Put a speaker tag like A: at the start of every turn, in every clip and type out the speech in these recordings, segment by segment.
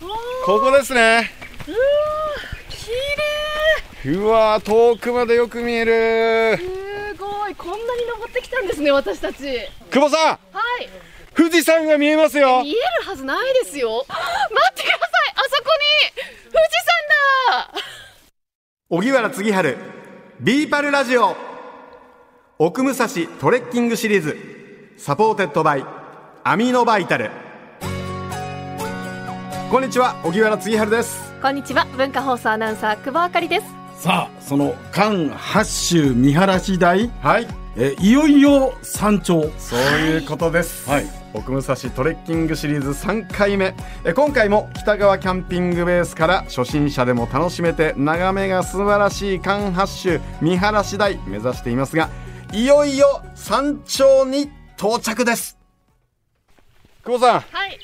A: ここですね
B: うわー綺
A: うわー遠くまでよく見える
B: 麗すごいこんなに登ってきたんですね私たち
A: 久保さん
B: はい
A: 富士山が見えますよ
B: 見えるはずないですよ 待ってくださいあそこに富士山だ
C: 小木原次春ビーパルラジオ奥武蔵トレッキングシリーズサポーテッドバイアミノバイタルこんにちは小木原次春です
B: こんにちは文化放送アナウンサー久保あかりです
D: さあその関八州見晴らし台
C: はい
D: えいよいよ山頂
C: そういうことです、
D: はい
C: 奥武蔵トレッキングシリーズ3回目え今回も北川キャンピングベースから初心者でも楽しめて眺めが素晴らしい関八州見晴らし台目指していますがいよいよ山頂に到着です
A: 久保さ
B: はい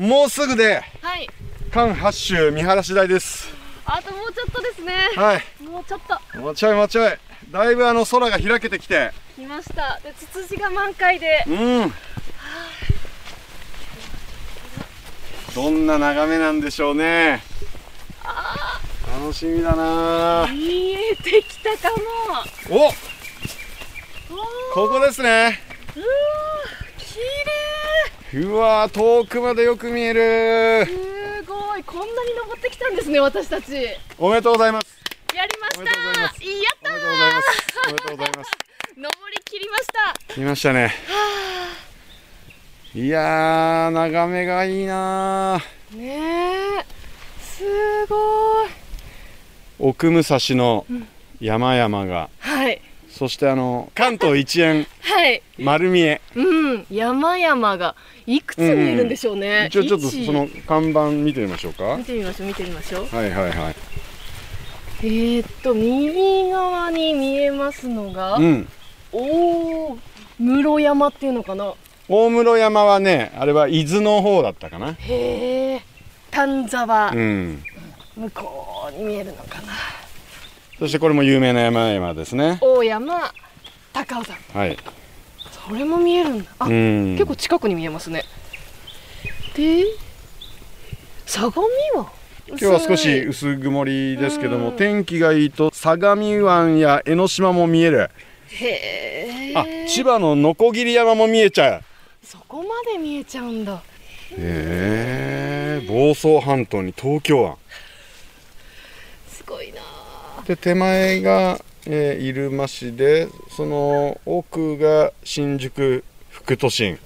A: んもうすぐで
B: はい
A: 関八州見晴らし台です
B: あともうちょっとですね
A: はい
B: もうちょっと
A: もうちょいもうちょいだいぶあの空が開けてきて
B: 来ましたでツツジが満開で
A: うんどんな眺めなんでしょうね楽しみだな
B: 見えてきたかも
A: お
B: おー
A: ここですね
B: うわー綺
A: うわー遠くまでよく見える
B: 麗すごいこんなに登ってきたんですね私たちやり
A: おめでとうございます
B: ました
A: おめでとうございます
B: やっ
A: お
B: た
A: め
B: ー
A: でとうございますおめでとうございます
B: 登り切りました
A: 来ましたねいやー眺めがいいなー
B: ねえすごい
A: 奥武蔵の山々が
B: はい
A: そしてあの関東一円
B: はい
A: 丸見え
B: うん山々がいくつ見えるんでしょうね、
A: 一応ちょっと
B: 一
A: その看板見てみましょうかは
B: 見てみましょう見てみましょう
A: いはいはい
B: えー、っと右側に見えますのが、
A: うん
B: 大室山っていうのかな
A: 大室山はねあれは伊豆の方だったかな
B: へえ丹沢
A: うん
B: 向こうに見えるのかな
A: そしてこれも有名な山々ですね
B: 大山高尾山
A: はい
B: それも見えるんだあ、
A: うん
B: 結構近くに見えますねで相模湾今
A: 今日は少し薄曇りですけども、
B: うん
A: 天気がいいと相模湾や江ノ島も見える
B: へえ
A: あ千葉のノコギリ山も見えちゃう
B: そこまで見えちゃうんだ
A: へえ房総半島に東京湾
B: すごいな
A: で手前が、えー入間市でその奥が新宿副都心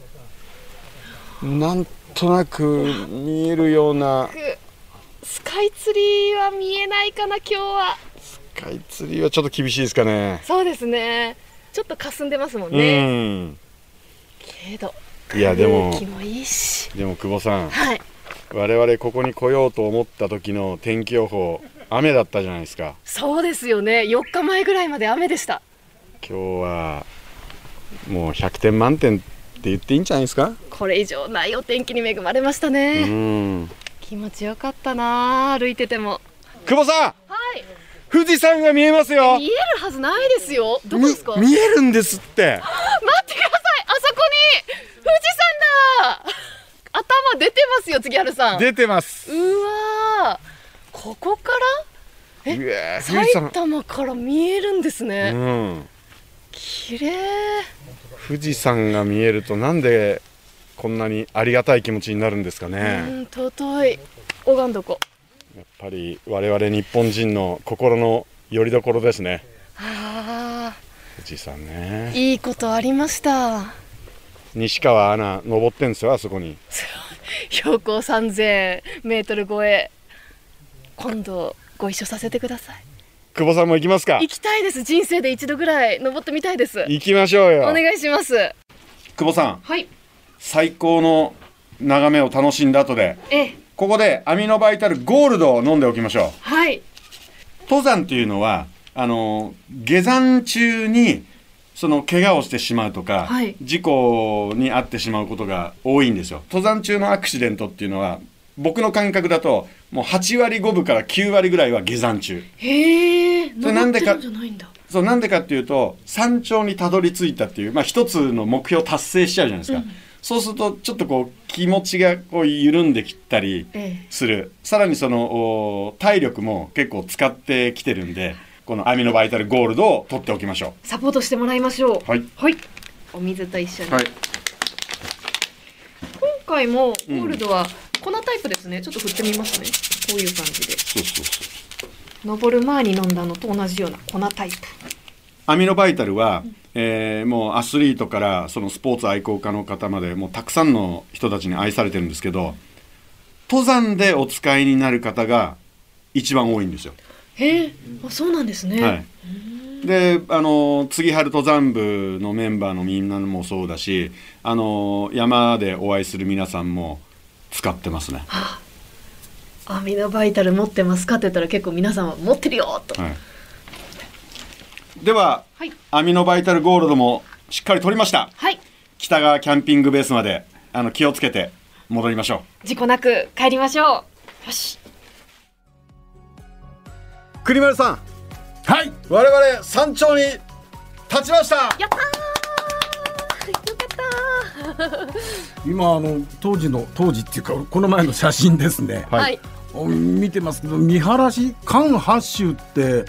A: なんとなく見えるような
B: スカイツリーは見えないかな今日は
A: スカイツリーはちょっと厳しいですかね
B: そうですねちょっと霞んでますもん
A: う
B: ね、
A: ん
B: けど
A: いやでも
B: 空気もいいし
A: でも久保さん
B: はい
A: 我々ここに来ようと思った時の天気予報雨だったじゃないですか
B: そうですよね4日前ぐらいまで雨でした
A: 今日はもう100点満点って言っていいんじゃないですか
B: これ以上ないお天気に恵まれました
A: う
B: ね、
A: ん
B: 気持ちよかったな歩いてても
A: 久保さん
B: はい
A: 富士山が見えますよ
B: 見えるはずないですよどこですか
A: み
B: 待
A: 見えるんですって
B: ってくださいあそこに富士山だ頭出てますよ杉原さんう
A: 出てます
B: わーここからえ
A: うわー富士
B: 埼
A: 山
B: 玉から見えるんですね、
A: うん
B: 綺麗
A: 富士山が見えるとなんでこんなにありがたい気持ちになるんですか
B: う
A: ね
B: ん尊い拝んどこ
A: やっぱり我々日本人の心の拠り所ですね
B: あ
A: 富士山ね
B: ーいいことありました
A: 西川アナ登ってんですよあそこに
B: 標高3000メートル超え今度ご一緒させてください
A: 久保さんも行きますか
B: 行きたいです人生で一度ぐらい登ってみたいです
A: 行きましょうよ
B: お願いします
A: 久保さん
B: はい
A: 最高の眺めを楽しんだ後で
B: ええ
A: ここでアミノバイタルゴールドを飲んでおきましょう
B: はい
A: 登山というのはあの下山中にその怪我をしてしまうとか、
B: はい
A: 事故に遭ってしまうことが多いんですよ登山中のアクシデントっていうのは僕の感覚だともう8割5分から9割ぐらいは下山中
B: へえ
A: それなんでか
B: 登ってるんじゃないんだ
A: そうなんでかっていうと山頂にたどり着いたっていう、まあ、一つの目標を達成しちゃうじゃないですか、
E: そうするとちょっとこう気持ちがこう緩んできたり
B: え
E: するさらにそのお体力も結構使ってきてるんでこのアミノバイタルゴールドを取っておきましょ
B: サポートしてもらいましょう
E: うはい
B: はいお水と一緒に、
E: はい
B: 今回もゴールドは粉タイプですね、ちょっと振ってみますねこういう感じで
E: そうそうそう
B: 登る前に飲んだのと同じような粉タイプ
E: アミノバイタルは、えーもうアスリートからそのスポーツ愛好家の方までもうたくさんの人たちに愛されてるんですけど登山でお使いになる方が一番多いんですよ。
B: へえあそうなんですね、
E: はい、であの次春登山部のメンバーのみんなもそうだしあの山でお会いする皆さんも使ってますね。
B: アミノバイタル持ってますかって言ったら結構皆さんは持ってるよと
E: はい、では
B: はい
E: アミノバイタルゴールドもしっかり取りました。
B: はい
E: 北川キャンピングベースまであの気をつけて戻りましょう。
B: 事故なく帰りましょうよし
A: 栗丸さん
D: はい
A: 我々山頂に立ちました
B: やったーよかった
D: 今あの当時の当時っていうかこの前の写真ですね、
B: ー
A: はい
B: はい
D: 見てますけど見晴らし関八州って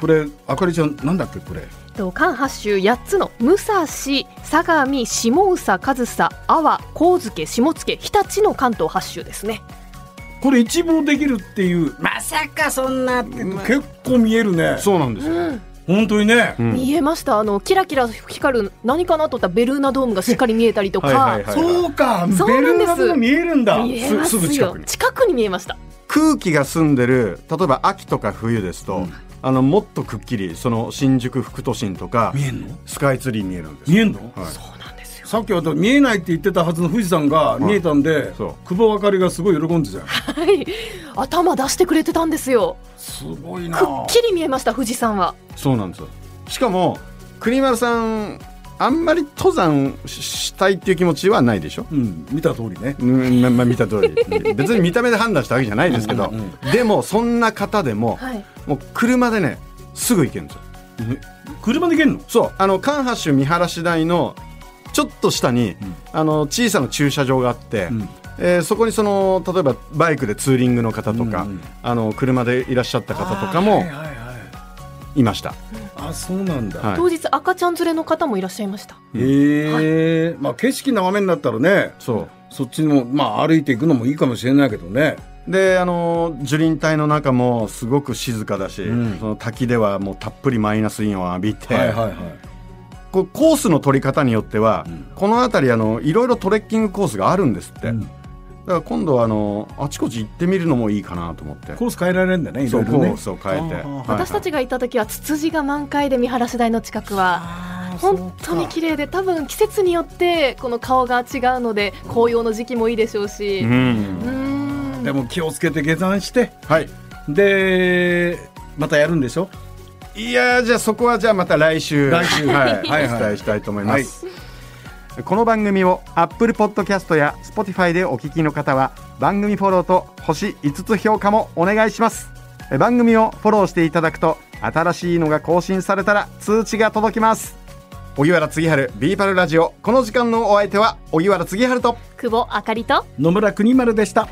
D: これあかりちゃんなんだっけこれ
B: と関八州八つの武蔵相模下宇佐上総阿波神津下津日立の関東八州ですね
D: これ一望できるっていう
F: まさかそんなって
D: 結構見えるね
A: そうなんですよ、
D: 本当にね、
A: うん
B: 見えましたあのキラキラ光る何かなと思ったらベルーナドームがしっかり見えたりとか
A: はいはいはい
D: そうか
B: そう
D: ベ
B: なんです
D: ルーナが見えるんだ
B: 見えますよ
D: すぐ近くに
B: 近くに見えました
A: 空気が澄んでる例えば秋とか冬ですと、あのもっとくっきりその新宿副都心とか
D: 見えんの
A: スカイツリー見えるんです
D: 見えんの、
A: はい
B: そうなんですよ
D: さっきは見えないって言ってたはずの富士山が見えたんで、
A: そ
D: 久保あかりがすごい喜んでたよ
B: はい頭出してくれてたんですよ
D: すごい
B: くっきり見えました富士山は
A: そうなんですよしかも国丸さんあんまり登山ししたいっていう気持ちはないでしょ
D: うん見た通りね
A: うんままあ見た通り 別に見た目で判断したわけじゃないですけど
D: うんうん
A: でもそんな方でも
B: はい
A: もう車でねすぐ行けるんですよ
D: 車で行けんの
A: そうあの関八州見晴らし台のちょっと下に、
D: ん
A: あの小さな駐車場があって、
D: うん
A: えーそこにその例えばバイクでツーリングの方とか、
D: うんうん
A: あの車でいらっしゃった方とかも
D: はいはいはい
A: いました。
D: あそうなんだ、
A: はい
B: 当日赤ちゃん連れの方もいらっしゃいました
D: へえ、まあ景色眺めになったらね
A: そ
D: そっちもまあ歩いていくのもいいかもしれないけどね
A: うであの樹林帯の中もすごく静かだし、
D: うん
A: その滝ではもうたっぷりマイナスインを浴びて、
D: はいはい
A: こうコースの取り方によっては、
D: うん
A: この辺りあのいろいろトレッキングコースがあるんですって、
D: うん
A: だから今度はあのあちこち行ってみるのもいいかなと思って
D: コース変えられるんだねい
A: そ
D: ろ
A: う
D: い
A: コ
D: ろね
A: ースを変えて、
D: あーはいはい
B: 私たちがいた時はツツジが満開で見晴らし台の近くは本当に綺麗で多分季節によってこの顔が違うので紅葉の時期もいいでしょうし、
A: う
B: う
A: ん
B: ーん
D: でも気をつけて下山して
A: はい
D: でまたやるんでしょ
A: いやーじゃあそこはじゃあまた来週
D: 来 週
A: はい、
D: はい
A: お伝えしたいと思います、この番組を Apple Podcast や Spotify でお聞きの方は番組フォローと星5つ評価もお願いしますえ番組をフォローしていただくと新しいのが更新されたら通知が届きます荻原次春ビーパルラジオこの時間のお相手は荻原次春と
B: 久保あかりと
D: 野村国丸でした